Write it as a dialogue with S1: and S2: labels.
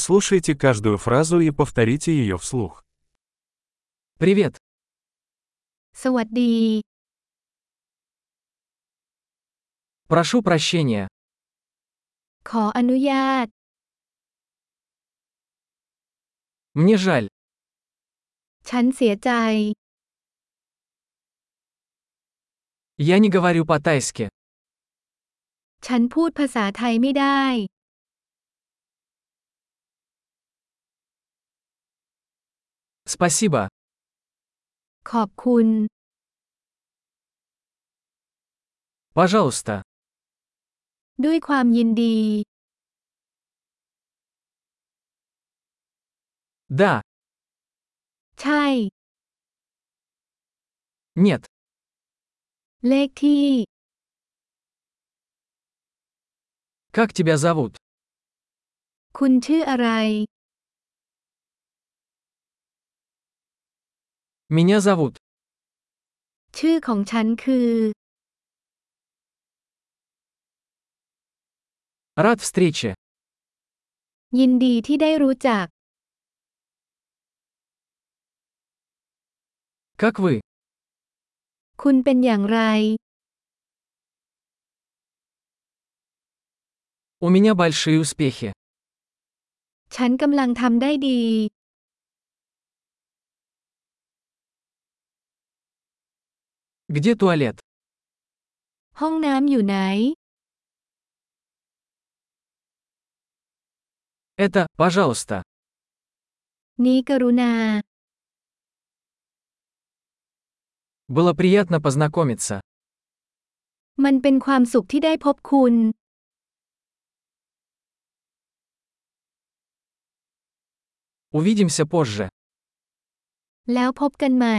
S1: Прослушайте каждую фразу и повторите ее вслух.
S2: Привет.
S3: สวัสดี
S2: Прошу прощения.
S3: ขออนุญาต
S2: Мне жаль.
S3: ฉันเสียใจ
S2: Я не говорю по-тайски.
S3: ฉันพูดภาษาไทยไม่ได้
S2: Спасибо.
S3: ขอบคุณ
S2: Пожалуйста.
S3: ด้วยความยินดี
S2: Да.
S3: ใช่
S2: Нет.
S3: เลขที่
S2: Как тебя зовут?
S3: คุณชื่ออะไร
S2: Меня зовут.
S3: ชื่อของฉันคือ
S2: Рад встрече.
S3: ยินดีที่ได้รู้จัก
S2: Как вы?
S3: คุณเป็นอย่างไร
S2: У меня большие успехи.
S3: ฉันกำลังทำได้ดี
S2: Где туалет?
S3: ห้องน้ำอยู่ไหน
S2: Это, пожалуйста.
S3: นี้กรุณา
S2: Было приятно познакомиться.
S3: มันเป็นความสุขที่ได้พบคุณ
S2: Увидимся позже.
S3: แล้วพบกันใหม่